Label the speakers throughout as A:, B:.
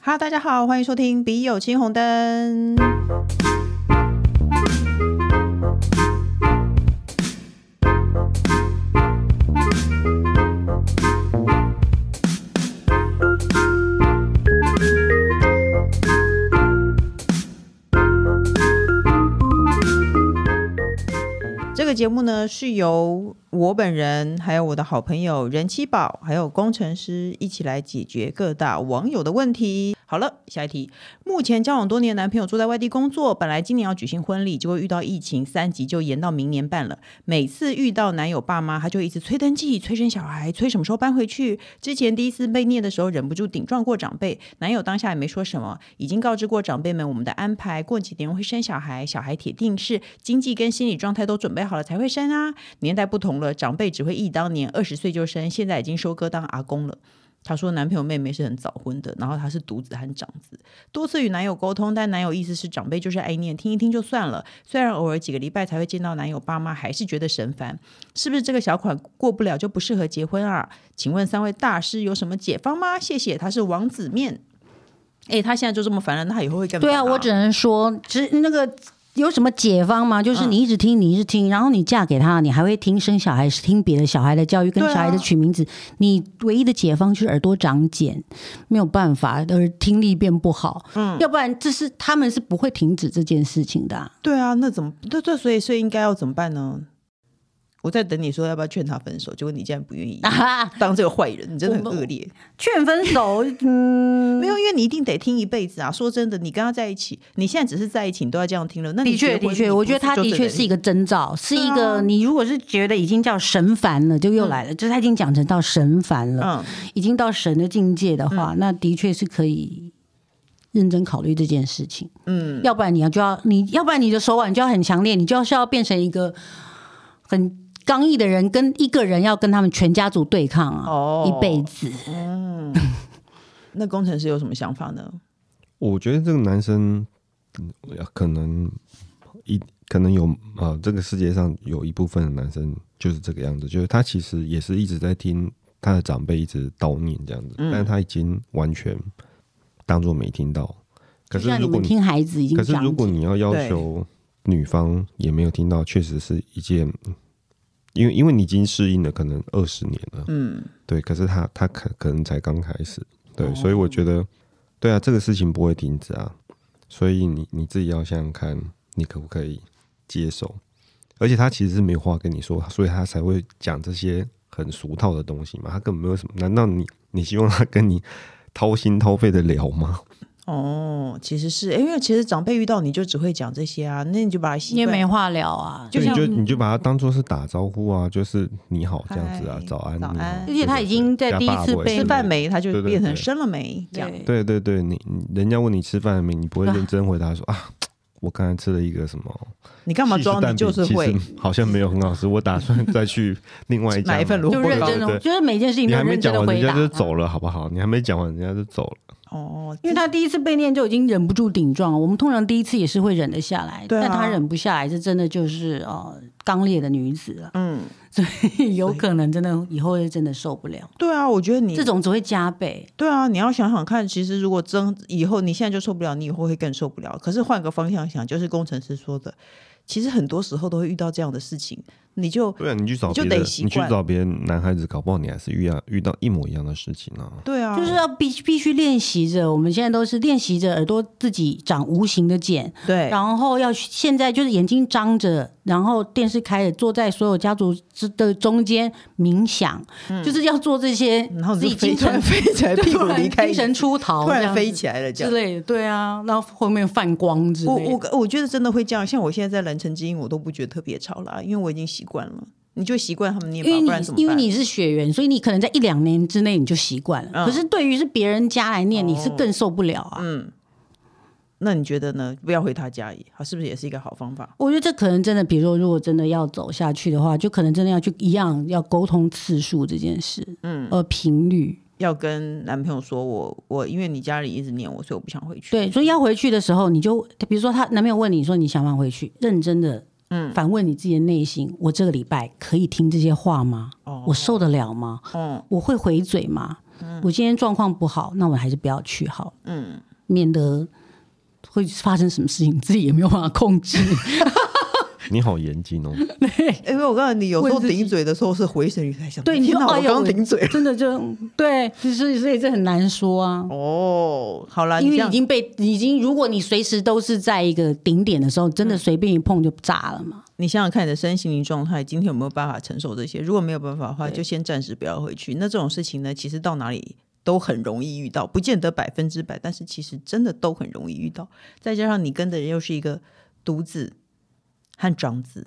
A: Hello，大家好，欢迎收听《笔友青红灯》。这个节目呢，是由我本人、还有我的好朋友任七宝，还有工程师一起来解决各大网友的问题。好了，下一题。目前交往多年的男朋友住在外地工作，本来今年要举行婚礼，结果遇到疫情，三级就延到明年办了。每次遇到男友爸妈，他就一直催登记、催生小孩、催什么时候搬回去。之前第一次被念的时候，忍不住顶撞过长辈，男友当下也没说什么，已经告知过长辈们我们的安排，过几年会生小孩，小孩铁定是经济跟心理状态都准备好了才会生啊。年代不同了，长辈只会忆当年，二十岁就生，现在已经收割当阿公了。她说，男朋友妹妹是很早婚的，然后她是独子和长子，多次与男友沟通，但男友意思是长辈就是爱念，听一听就算了。虽然偶尔几个礼拜才会见到男友爸妈，还是觉得神烦。是不是这个小款过不了就不适合结婚啊？请问三位大师有什么解方吗？谢谢，他是王子面。哎，他现在就这么烦了，那他以后会干嘛、
B: 对啊，我只能说，只那个有什么解方吗？就是你一直听，你一直听，然后你嫁给他，你还会听生小孩，听别的小孩的教育，跟
A: 对啊
B: 小孩的取名字。你唯一的解方就是耳朵长茧，没有办法，而听力变不好。嗯，要不然这是他们是不会停止这件事情的啊、
A: 对啊，那怎么？对对，所以所以应该要怎么办呢？我在等你说要不要劝他分手，结果你竟然不愿 意
B: 啊
A: 当这个坏人，你真的很恶劣。
B: 劝分 手，
A: 没
B: 嗯
A: 有，因为你一定得听一辈子啊！说真的，你跟他在一起，你现在只是在一起，你都要这样听了。那你
B: 的
A: 结
B: 确
A: 婚
B: 的确，我觉得他的确是一。个嗯征兆，是一个你如果是觉得已经叫神烦了，就又来了，就是他已经讲成到神烦
A: 你
B: 了，
A: 不是就这个人
B: 已经到神的境界的话，
A: 嗯
B: 那的确是可以认真考虑这件事情。
A: 嗯嗯，
B: 要不然你要就要你要不然你的手腕就要很强烈，你就要是要变成一个很刚毅的人，跟一个人要跟他们全家族对抗啊，
A: 哦
B: 一辈子。
A: 那工程师有什么想法呢？
C: 我觉得这个男生，嗯，可能一可能有啊、呃这个世界上有一部分的男生就是这个样子，就是他其实也是一直在听他的长辈一直叨念这样子，
B: 嗯
C: 但是他已经完全当做没听到。可
B: 就是像你
C: 如果
B: 们听孩子已经
C: 可是
B: 讲
C: 如果
B: 解
C: 你要要
A: 对
C: 求女方也没有听到，确实是一件，因为因为你已经适应了可能二十年了，
A: 嗯，
C: 对，可是他他可可能才刚开始，对，所以
A: 哦
C: 我觉得，对啊，这个事情不会停止啊，所以你你自己要想想看，你可不可以接受？而且他其实是没有话跟你说，所以他才会讲这些很俗套的东西嘛，他根本没有什么。难道你你希望他跟你掏心掏肺的聊吗？
A: 哦，其实是因为其实长辈遇到你就只会讲这些啊，那你就把习
B: 你也
A: 惯
B: 没话聊啊，
A: 就
C: 你
A: 像
C: 就你就把它当做是打招呼啊，就是你好这样子啊
A: 嗨，
C: 早安，
A: 早
C: 你好
A: 安
B: 而且他已经在第一次被
A: 吃饭。没，他就
C: 对对
A: 变成
C: 对
A: 生了没这样。
B: 对
C: 对对对，你你人家问你吃饭了没，你不会认真回答说啊，我刚才吃了一个什么
A: 你干嘛
C: 气势
A: 装？
C: 蛋
A: 你就
C: 饼
A: 是
C: 其实
A: 会。
C: 好像没有很好吃，我打算再去另外一家
A: 买一份萝卜
B: 就认真
C: 对
B: 的，
C: 对对
B: 就是每件事情
C: 你
B: 都
C: 还没
B: 认真
C: 讲
B: 的
C: 完，
B: 回
C: 人
B: 答
C: 家就
B: 啊。
C: 走了，好不好？你还没讲完，人家就走了。
A: 哦，
B: 因为他第一次被念就已经忍不住顶撞了，我们通常第一次也是会忍得下来，
A: 对啊
B: 但她忍不下来，这真的就是呃刚烈的女子了，
A: 嗯，
B: 有可能真的以后会真的受不了，
A: 对啊，我觉得你
B: 这种只会加倍。
A: 对啊，你要想想看，其实如果真以后你现在就受不了，你以后会更受不了。可是换个方向想，就是工程师说的，其实很多时候都会遇到这样的事情，你就
C: 对啊，你去找
A: 你就
C: 别
A: 得
C: 的，
A: 习
C: 你去
A: 惯
C: 找别的男孩子，搞不好你还是遇到遇到一模一样的事情 啊。
A: 对啊，
B: 就是要必必须练习着，我们现在都是练习着耳朵自己长无形的茧，
A: 对
B: 然后要现在就是眼睛张着，然后电视开着，坐在所有家族之的中间冥想，就是要做这些，
A: 嗯然后
B: 自
A: 你
B: 己
A: 就飞
B: 精
A: 突然
B: 神
A: 飞起来，屁股
B: 突然
A: 离开
B: 精神
A: 你
B: 出逃，
A: 突
B: 这
A: 然
B: 样
A: 飞
B: 子
A: 起来了，这
B: 之
A: 样。
B: 类的，对啊，然后后面泛光之类
A: 我
B: 的。
A: 我我觉得真的会这样，像我现在在蓝城基因，我都不觉得特别吵啦，因为我已经习惯了。你就习惯他们念吧，
B: 因
A: 不
B: 为
A: 然怎么
B: 你
A: 办？
B: 因为你是血缘，所以你可能在一两年之内你就习惯了。
A: 嗯哦
B: 可是对于是别人家来念，你是更受不了啊！
A: 嗯，那你觉得呢？不要回他家里，他是不是也是一个好方法？
B: 我觉得这可能真的，比如说，如果真的要走下去的话，就可能真的要去一样要沟通次数这件事，嗯，呃，频率。
A: 要跟男朋友说我我因为你家里一直念我，所以我不想回去。
B: 对，所以要回去的时候，你就比如说他男朋友问你说你想不想回去，认真的，嗯，反问你自己的内心：我这个礼拜可以听这些话吗？
A: 哦
B: 我受得了吗？
A: 嗯
B: 我会回嘴吗？我今天状况不好，那我还是不要去好，嗯，免得会发生什么事情，自己也没有办法控 制。
C: 你好严谨哦，
A: 哎 因为我告诉你，有时候
B: 问自己
A: 顶嘴的时候是回神，你才想，
B: 对，你
A: 天
B: 就
A: 哪，
B: 哎
A: 我
B: 呦
A: 刚顶嘴。
B: 真的就对，就是所以这很难说啊。
A: 哦，好啦，
B: 因
A: 你
B: 为
A: 这
B: 已
A: 样
B: 经被已经，如果你随时都是在一个顶点的时候，
A: 嗯
B: 真的随便一碰就炸了嘛。
A: 你想想看，你的身心灵状态今天有没有办法承受这些？如果没有办法的话，就先暂时不要回去。那这种事情呢，其实到哪里都很容易遇到，不见得百分之百，但是其实真的都很容易遇到。再加上你跟的人又是一个独子和长子，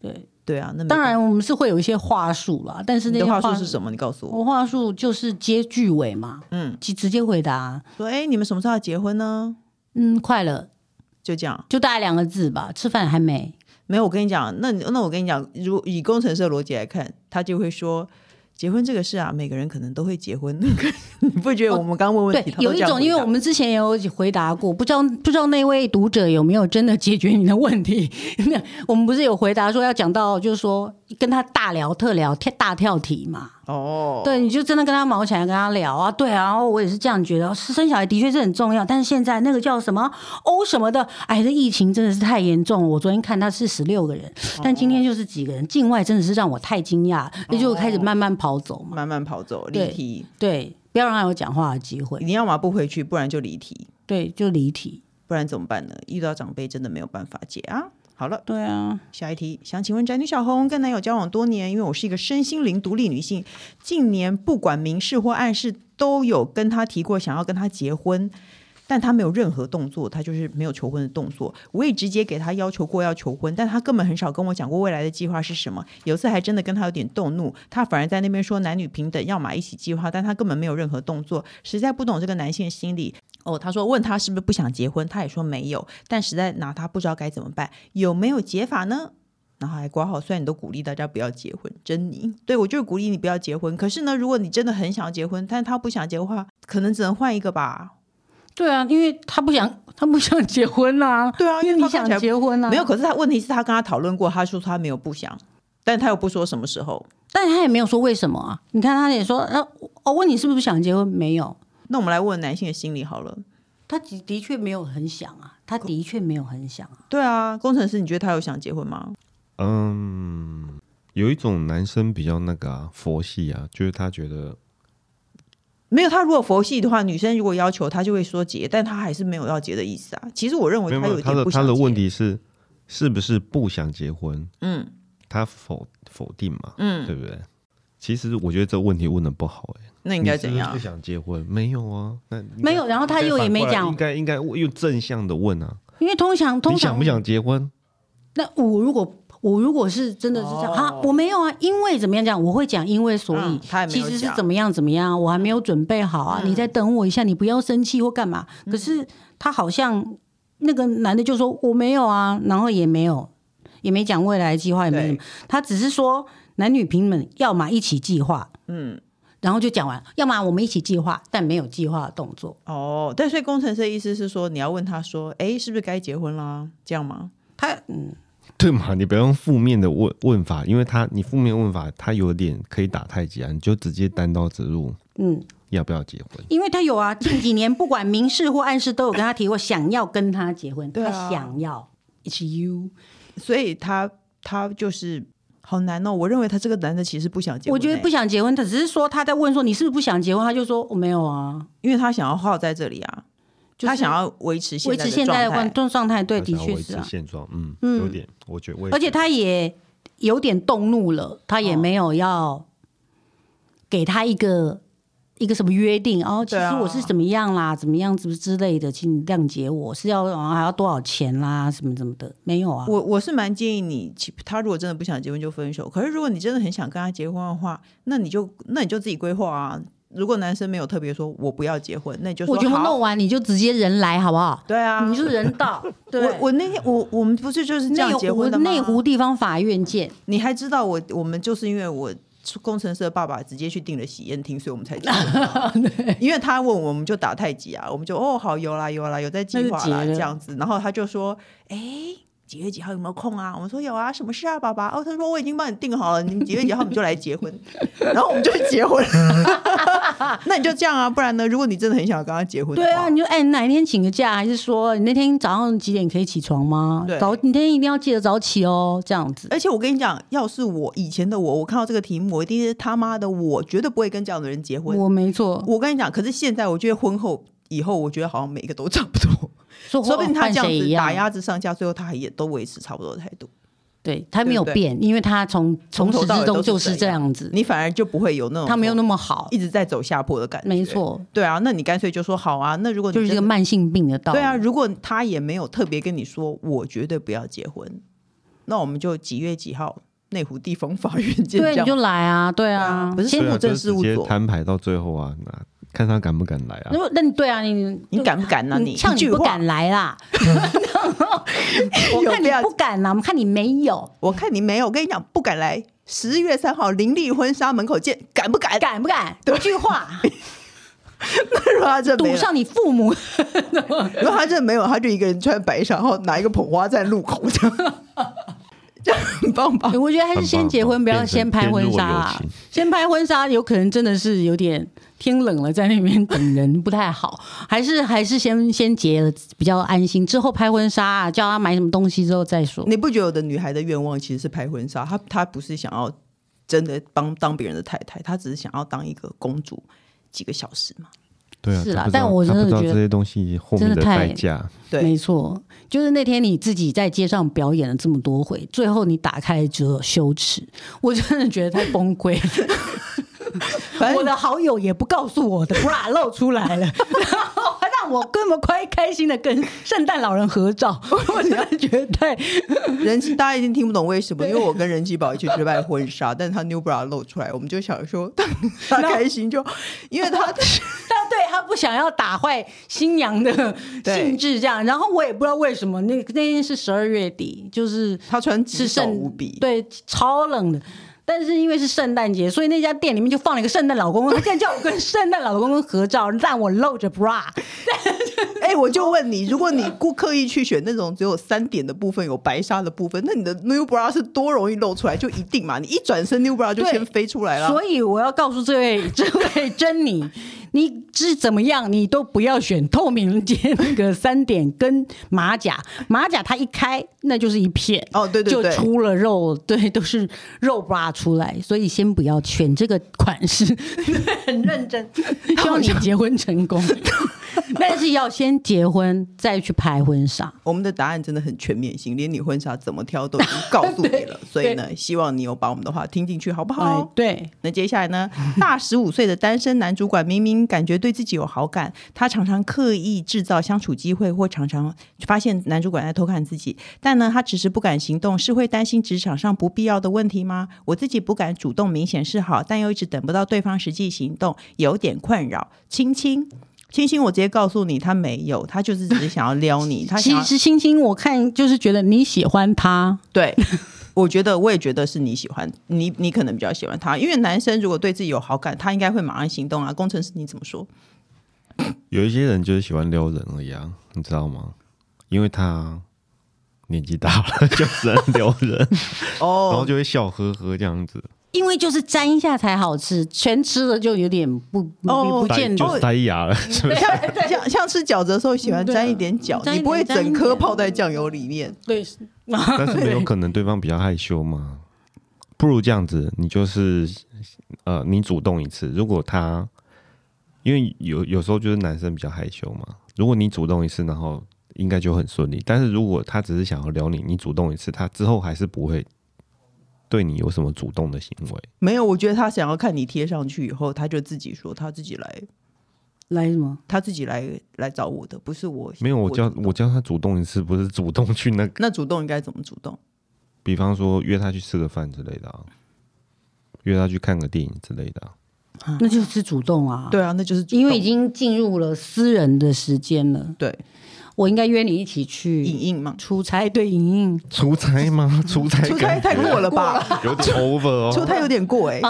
B: 对，
A: 对啊，那没
B: 当
A: 办法，
B: 然我们是会有一些话术啦，但是
A: 你
B: 那
A: 的
B: 些
A: 话术是什么？你告诉我。
B: 我话术就是接句尾嘛，
A: 嗯
B: 嗯，直接回答，
A: 说，哎、你们什么时候要结婚呢？
B: 嗯，快了，
A: 就这样，
B: 就大概两个字吧。吃饭还没，
A: 没有。我跟你讲，那你那我跟你讲，如以工程师的逻辑来看，他就会说，结婚这个事啊，每个人可能都会结婚。 你不觉得我们刚刚问问题，
B: 哦对，
A: 他都
B: 有
A: 这
B: 一
A: 样
B: 种，
A: 回
B: 因为
A: 答
B: 我们之前也有回答过，不知道不知道那位读者有没有真的解决你的问题？ 那我们不是有回答说要讲到，就是说跟他大聊特聊跳大跳题嘛？
A: 哦，
B: 对，你就真的跟他毛起来跟他聊啊，对啊，然后我也是这样觉得，是生小孩的确是很重要，但是现在那个叫什么欧什么的，哎，这疫情真的是太严重了。我昨天看他是十六个人，但今天就是几个人，境外真的是让我太惊讶，也就开始慢慢跑走嘛。
A: 慢慢跑走，
B: 对
A: 离题。
B: 对，不要让他有讲话的机会，
A: 你要么不回去，不然就离题，
B: 对，就离题。
A: 不然怎么办呢？遇到长辈真的没有办法解啊。好了，
B: 对啊，
A: 下一题，想请问宅女小红跟男友交往多年，因为我是一个身心灵独立女性，近年不管明示或暗示，都有跟他提过想要跟他结婚，但他没有任何动作，他就是没有求婚的动作。我也直接给他要求过要求婚，但他根本很少跟我讲过未来的计划是什么。有次还真的跟他有点动怒，他反而在那边说男女平等，要么一起计划，但他根本没有任何动作，实在不懂这个男性的心理。哦，他说问他是不是不想结婚，他也说没有，但实在拿他不知道该怎么办，有没有解法呢？然后还挂号，虽然你都鼓励大家不要结婚，珍妮，对我就是鼓励你不要结婚。可是呢，如果你真的很想要结婚，但是他不想结婚的话，可能只能换一个吧。
B: 对啊，因为他不想， 他不想结婚啊。
A: 对啊，因
B: 因
A: 为他
B: 为你
A: 看起来
B: 想结婚啊，
A: 没有，，可是他问题是他跟他讨论过，他说他没有不想，但他又不说什么时候。
B: 但他也没有说为什么啊。你看他也说，啊，哦，问你是不是想结婚？没有，
A: 那我们来问男性的心理好了。
B: 他的的确没有很想啊，他的确没有很想啊。
A: 对啊，工程师，你觉得他有想结婚吗？
C: 嗯，有一种男生比较那个啊，佛系啊，就是他觉得
A: 没有，他如果佛系的话，女生如果要求他就会说结，但他还是没有要结的意思啊。其实我认为
C: 没有
A: 他
C: 没有
A: 一
C: 他
A: 点
C: 的
A: 不想
C: 他的
A: 结
C: 问，题是是不是不想结婚？
A: 嗯
C: 他否否定嘛，
A: 嗯，
C: 对不对？其实我觉得这个问题问的不好哎、
A: 那
C: 欸，
A: 应该
C: 你是
A: 怎
C: 不是
A: 样
C: 不？想结婚？没有啊，那应该
B: 没有，然后他又也没
C: 应
B: 讲，
C: 该应该用正向的问啊，
B: 因为通常通
C: 你
B: 常
C: 想不想结婚？
B: 那我如果我如果是真的是这样，哈、
A: 哦
B: 我没有啊，因为怎么样讲，我会讲因为所以，
A: 嗯他也没
B: 其
A: 有
B: 实是
A: 讲嗯
B: 怎么样怎么样，我还没有准备好啊，你再等我一下，你不要生气或干嘛。
A: 嗯
B: 可是他好像那个男的就说我没有啊，然后也没有也没讲未来计划，也没什么
A: 对，
B: 他只是说男女平等，要么一起计划，
A: 嗯。
B: 然后就讲完，要么我们一起计划，但没有计划的动作。
A: 哦，但所以工程师的意思是说，你要问他说，哎，是不是该结婚啦？这样吗？
B: 他嗯，
C: 对嘛？你不要用负面的问问法，因为他你负面问法，他有点可以打太极啊，你就直接单刀直入，
B: 嗯，
C: 要不要结婚？
B: 因为他有 啊，近几年不管明示或暗示都有跟他提过想要跟他结婚，
A: 对啊
B: 他想要，It's you。
A: 所以他他就是好难哦。我认为他这个男的其实不想结婚欸、
B: 我觉得不想结婚，他只是说他在问说你是不是不想结婚，他就说我、没有啊，
A: 因为他想要耗在这里啊，
B: 就是
A: 他想要维持 现
B: 维
A: 在
B: 持
A: 的
B: 现在
A: 状
B: 的
A: 态
B: 状。状态，对，
C: 他
B: 的
C: 想要
B: 确
C: 维
B: 是
C: 持
B: 啊，
C: 现状，嗯，
B: 嗯
C: 有点，我觉得我也
B: 而且
C: 觉得
B: 他也有点动怒了，他也没有要给他一个。一个什么约定？哦，其
A: 对
B: 实
A: 啊
B: 我是怎么样啦，怎么样子之类的，请你谅解我是要、啊还要多少钱啦，什么什么的，没有啊。
A: 我我是蛮建议你，其他如果真的不想结婚就分手。可是如果你真的很想跟他结婚的话，那你就那你就自己规划啊。如果男生没有特别说我不要结婚，那你就说
B: 我觉得
A: 好
B: 弄完你就直接人来好不好？
A: 对啊，
B: 你就是人 道。对，
A: 我我那天我我们不是就是这
B: 内
A: 样结
B: 湖
A: 婚的吗？
B: 内湖地方法院见，
A: 你还知道我我们就是因为我工程师的爸爸直接去订了喜宴厅，所以我们才结 婚因为他问我我们就打太极啊，我们就哦好有啦有啦有在计划啦
B: 那就结
A: 这
B: 了
A: 样子，然后他就说哎。几月几号有没有空啊？我们说有啊，什么事啊，爸爸？哦， 他说我已经帮你订好了，你们几月几号你们就来结婚，然后我们就结婚。那你就这样啊，不然呢？如果你真的很想跟他结婚的
B: 对啊，
A: 话，
B: 你就哎、你哪一天请个假，还是说你那天早上几点可以起床吗
A: 对？
B: 早，你那天一定要记得早起哦，这样子。
A: 而且我跟你讲，要是我以前的我，我看到这个题目，我一定是他妈的，我绝对不会跟这样的人结婚。我
B: 我没错，
A: 跟你讲，可是现在我觉得婚后以后，我觉得好像每个都差不多，
B: 说
A: 说不定他
B: 换
A: 这样
B: 谁一
A: 子打
B: 样，
A: 鸭子上架，最后他还也都维持差不多的态度，
B: 对他没有
A: 对不对
B: 变，因为他从
A: 从
B: 从
A: 头
B: 始
A: 到尾
B: 至
A: 都
B: 终
A: 是
B: 就是
A: 这
B: 这
A: 样
B: 样子，
A: 你反而就不会有那种
B: 嗯他没有那
A: 么
B: 么好，
A: 一直在走下坡的感觉。
B: 没，错，
A: 对啊，那你干脆就说好啊。那如果你
B: 就是这
A: 真
B: 个
A: 的
B: 慢性病的道理。
A: 对啊，，如果他也没有特别跟你说，我绝对不要结婚，那我们就几月几号内湖地方法院见这
B: 对，你
A: 样。
B: 就来啊，对
A: 对啊
B: 啊
A: 不。是
B: 先
A: 先
C: 对
A: 户
C: 啊，就
A: 政
C: 是
A: 事务
C: 直接
A: 所
C: 摊牌到最后啊，那看他敢不敢来啊
B: 如？果那你对啊，你
A: 你敢不敢呢、你
B: 呛
A: 一
B: 你
A: 句
B: 不
A: 话
B: 敢，来啦！ 我看你不敢啦，我看你没有，
A: 我看你没有。我跟你讲，不敢来。十月三号，林立婚纱门口见，敢不敢？
B: 敢不 敢？
A: 对
B: 一句话，
A: 如果他真的没
B: 堵
A: 有，
B: 上你父 母。
A: 如果他真的没有，他就一个人穿白纱，然后拿一个捧花在路口这样， 这样很棒吧？
B: 哎我觉得还是
C: 很棒
B: 先结
C: 很
B: 婚，
C: 棒
B: 不要
C: 变成
B: 先拍婚纱
C: 天若
B: 啊
C: 有情。
B: 先拍婚纱，有可能真的是有点天冷了，在那边等人不太好。 还是还是先先结了比较安心，之后拍婚纱、啊，叫他买什么东西之后再说。
A: 你不觉得有的女孩的愿望其实是拍婚纱？她她不是想要真的帮当别人的太太，她只是想要当一个公主几个小时嘛。
C: 对啊，
B: 是
C: 他
B: 啦
C: 不知道
B: 但我
C: 他
B: 真的
C: 不知道
B: 觉
C: 这
B: 得
C: 些东西后面
B: 真的太
C: 代价。
A: 对
B: 没错，就是那天你自己在街上表演了这么多回，最后你打开只有羞耻，我真的觉得太崩溃。
A: 反
B: 我
A: 正
B: 的好友也不告诉我的 bra 露出 来了， 然后还让我这么快开心的跟圣诞老人 合照，我真的觉得太
A: 人气大家一定听不懂为什么，因为我跟任继宝一起去拍婚纱，但是他 new bra 露出来，我们就想说他开心就，因为他
B: 他对他不想要打坏新娘的
A: 对
B: 兴致，这样。然后我也不知道为什么，那那天是十二月底，就是
A: 他穿
B: 是
A: 直手
B: 圣
A: 无比，
B: 对，超冷的。但是因为是圣诞节，所以那家店里面就放了一个圣诞老公公，他现在叫我跟圣诞老公公合照，让我露着 bra，
A: 哎、我就问你，如果你故刻意去选那种只有三点的部分、有白纱的部分，那你的 new bra 是多容易露出来？就一定嘛，你一转身 new bra 就
B: 对
A: 先飞出来了。
B: 所以我要告诉这位这位珍妮， 你是怎么样，你都不要选透明街那个三点跟马甲，马甲它一开那就是一片
A: 哦对对对
B: 就出了肉，对，都是肉 bra 出来，所以先不要选这个款 式，很认真， 希望你结婚成 功，但是要先结婚再去拍婚纱。
A: 我们的答案真的很全面性，连你婚纱怎么挑都已经告诉你了
B: 对。
A: 所以呢，希望你有把我们的话听进去，好不
B: 哎
A: 好，？
B: 对，
A: 那接下来呢？大十五岁的单身男主管明明感觉对自己有好感，他常常刻意制造相处机会，或常常发现男主管在偷看自己，但呢，他迟迟不敢行动，是会担心职场上不必要的问题吗？我自己不敢主动明显示好，但又一直等不到对方实际行动，有点困扰。亲亲，亲亲，我直接告诉你，他没有，他就是只是想要撩你，他想
B: 其
A: 要
B: 实星星，我看就是觉得你喜欢他，
A: 对， 我觉得我也觉得是你喜欢你，你可能比较喜欢他，因为男生如果对自己有好感，他应该会马上行动啊。工程师你怎么说？
C: 有一些人就是喜欢撩人而已啊，你知道吗？因为他年纪大了，就只能撩人， 然 后
A: 哦，
C: 就会笑呵呵这样子，
B: 因为就是沾一下才好吃，全吃了就有点不
A: 哦
B: 不不见
C: 就
B: 得。
C: 塞牙了，是不是？
A: 像像像吃饺子的时候喜欢
B: 嗯对
A: 沾一点饺，
B: 沾一
A: 你不会
B: 点沾
A: 整
B: 一
A: 颗
B: 点
A: 泡在酱油里面。
B: 对，
C: 但是没有可能对方比较害羞嘛？不如这样子，你就是呃，你主动一次。如果他因为有有时候就是男生比较害羞嘛，如果你主动一次，然后应该就很顺利。但是如果他只是想要撩你，你主动一次，他之后还是不会对你有什么主动的行为。
A: 没有，我觉得他想要看你贴上去以后，他就自己说他自己来，
B: 来什么？
A: 他自己来来找我的，不是我
C: 没有，我叫
A: 主动
C: 我叫他主动一次，不是主动去那个，
A: 那主动应该怎么主动？
C: 比方说约他去吃个饭之类的、啊，约他去看个电影之类的啊、
B: 那就是主动啊。，
A: 对啊，那就是主
B: 因为
A: 动
B: 已经进入了私人的时间了。
A: 对
B: 我应该约你一起
A: 影
B: 去
A: 印嘛，
B: 出差，对，莹莹，
C: 出差吗？出差
A: 出差
C: 感
A: 太
C: 觉
A: 过了吧？
C: 有点 over
A: 出
C: 哦，
A: 差有点过哎、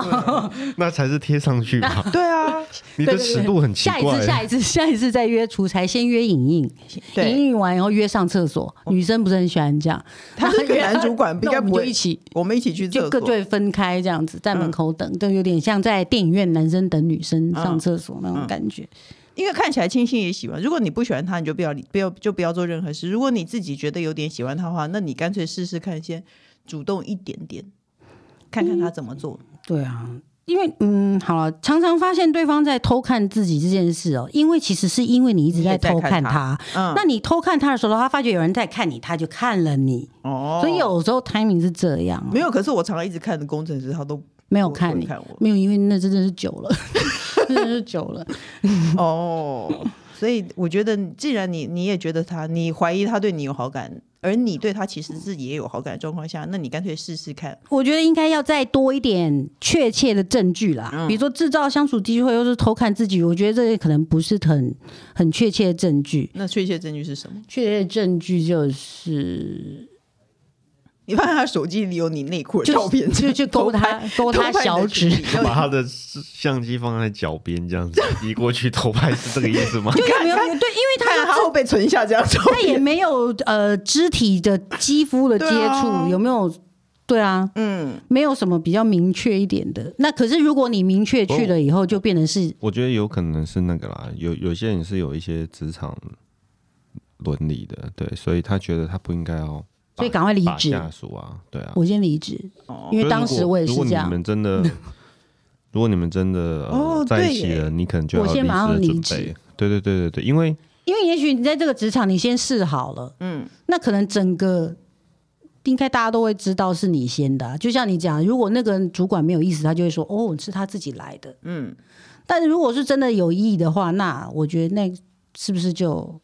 C: 那才是贴上去吧？
A: 对 啊，
C: 你
B: 对
C: 的
B: 对
C: 尺度很奇
B: 下一
C: 怪
B: 次，。下一次， 下一次再约出差，先约莹莹，莹
A: 对，哦
B: 莹完以后约上厕所，女生不是很喜欢这样，
A: 他是一个
B: 然后约
A: 男主管 应
B: 那
A: 该
B: 我们
A: 不
B: 就
A: 会
B: 一起。
A: 我们一起去
B: 就
A: 厕
B: 各
A: 所。嗯
B: 队分开这样子，在门口等，就有点像在电影院男生等女生上厕所那种
A: 嗯
B: 感觉。
A: 因为看起来清新也喜欢。如果你不喜欢他，你就不要理，不要就不要做任何事。如果你自己觉得有点喜欢他的话，那你干脆试试看，先主动一点点，看看他怎么做。
B: 对啊，因为嗯，好了，常常发现对方在偷看自己这件事哦，因为其实是因为你一直
A: 你也在
B: 偷
A: 看
B: 看
A: 他
B: 他。
A: 嗯，
B: 那你偷看他的时候，他发觉有人在看你，他就看了你，
A: 哦，
B: 所以有时候 timing 是这样哦，
A: 没有？可是我常常一直看的工程师，他都
B: 没有
A: 不
B: 看
A: 会
B: 你，
A: 看我
B: 没有，因为那真的是久了， 真的是久了。
A: 哦。所以我觉得，既然你你也觉得他，你怀疑他对你有好感，而你对他其实是也有好感的状况下，那你干脆试试看。
B: 我觉得应该要再多一点确切的证据啦，
A: 嗯
B: 比如说制造相处机会，或是偷看自己，我觉得这可能不是很很确切的证据。
A: 那确切证据是什么？
B: 确切的证据就是
A: 你发现他手机里有你内裤的
B: 就
A: 照片，
B: 就去勾他勾他小指，
C: 把他的相机放在脚边，这样子移过去偷拍，是这个意思吗？
B: 对，没有对，因为他
A: 看他会被存下这样照
B: 他也没有呃肢体的肌肤的接
A: 对
B: 触，
A: 啊
B: 有没有？对啊，
A: 嗯，
B: 没有什么比较明确一点的。那可是如果你明确去了以
A: 哦
B: 后，就变成是
C: 我觉得有可能是那个啦，有有些人是有一些职场伦理的，对，所以他觉得他不应该要
B: 所以赶快离
C: 把
B: 职，
C: 下属啊，对啊，
B: 我先离职，
A: 哦
B: 因为当时我也是
C: 如果
B: 这
C: 你
B: 样。
C: 们真的， 如果你们真的、呃
A: 哦
C: 在一
A: 对
C: 起
A: 耶
C: 了，你可能就要
B: 我先马上离
C: 离职的
B: 职
C: 准备。对对对对对，因为
B: 因为也许你在这个职场你先试好了，嗯，那可能整个应该大家都会知道是你先的啊、就像你讲，如果那个主管没有意思，他就会说哦是他自己来的，嗯。但如果是真的有意义的话，那我觉得那是不是就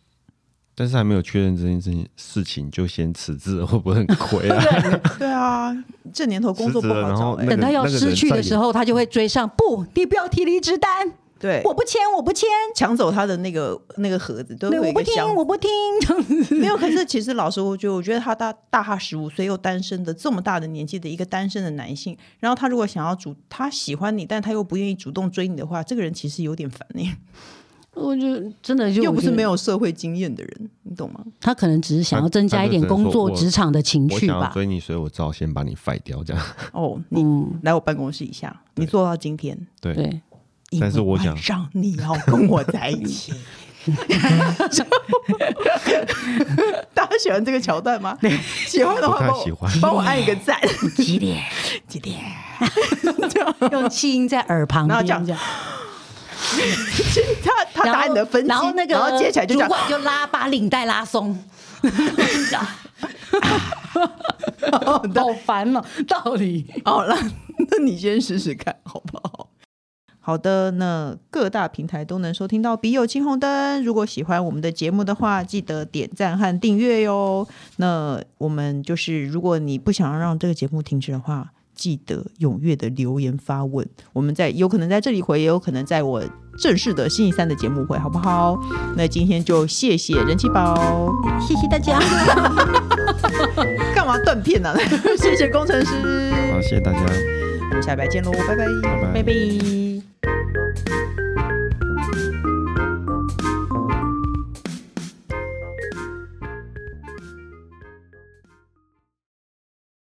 C: 但是还没有确认这件事情事情，就先辞职了，会不会很亏啊？
A: 对啊，这年头工作不
C: 辞职了然
A: 好
C: 后
A: 找哎、
C: 那个
B: 等他要失去的时候，他就会追上，不，你不要提离职单，
A: 对，
B: 我不签，我不签，
A: 抢走他的那个那个盒子，都
B: 对，
A: 会有
B: 我
A: 一
B: 不
A: 个
B: 听，
A: 箱。
B: 我不听，这样子
A: 没有，可是其实老师，我觉得，我觉得他大大他十五岁又单身的这么大的年纪的一个单身的男性，然后他如果想要主他喜欢你，但他又不愿意主动追你的话，这个人其实有点烦欸你，
B: 我就真的就
A: 又不是没
B: 有，
A: 有社会经验的人，你懂吗？
B: 他可能只是想要增加一点
C: 他他就只能
B: 工
C: 说
B: 作
C: 我
B: 职场的情
C: 我
B: 趣
C: 想
B: 吧
C: 要。追你，所以我只好先把你废掉，这样。
A: 哦，你来我办公室一下，你做到今天，
C: 对，
B: 对，
C: 但是我想
A: 让你要跟我在一 起。大家喜欢这个桥段吗？喜欢的话帮
C: 不
A: 我，
C: 太喜欢
A: 帮我按一个 赞。
B: 几点？
A: 几点？
B: 用气音在耳旁
A: 然后
B: 边
A: 这
B: 这
A: 样
B: 样，
A: 他他
B: 然
A: 打
B: 后
A: 你的分析，
B: 然后那个
A: 然后接起来就
B: 主
A: 讲
B: 管就拉把领带 拉松， 好烦哦，道理。
A: 好了， 那你先试试看好不好？好的，那各大平台都能收听到《笔友青红灯》。如果喜欢我们的节目的话，记得点赞和订阅哟。那我们就是，如果你不想让这个节目停止的话，记得踊跃的留言发问。我们在有可能在这里回，也有可能在我正式的星期三的节目回，好不好？那今天就谢谢人气宝。
B: 谢谢大家，
A: 干嘛断片呢、啊？ 谢谢工程师，
C: 好，谢谢大家，
A: 我们下礼拜见喽，拜拜
C: 拜拜
B: 拜。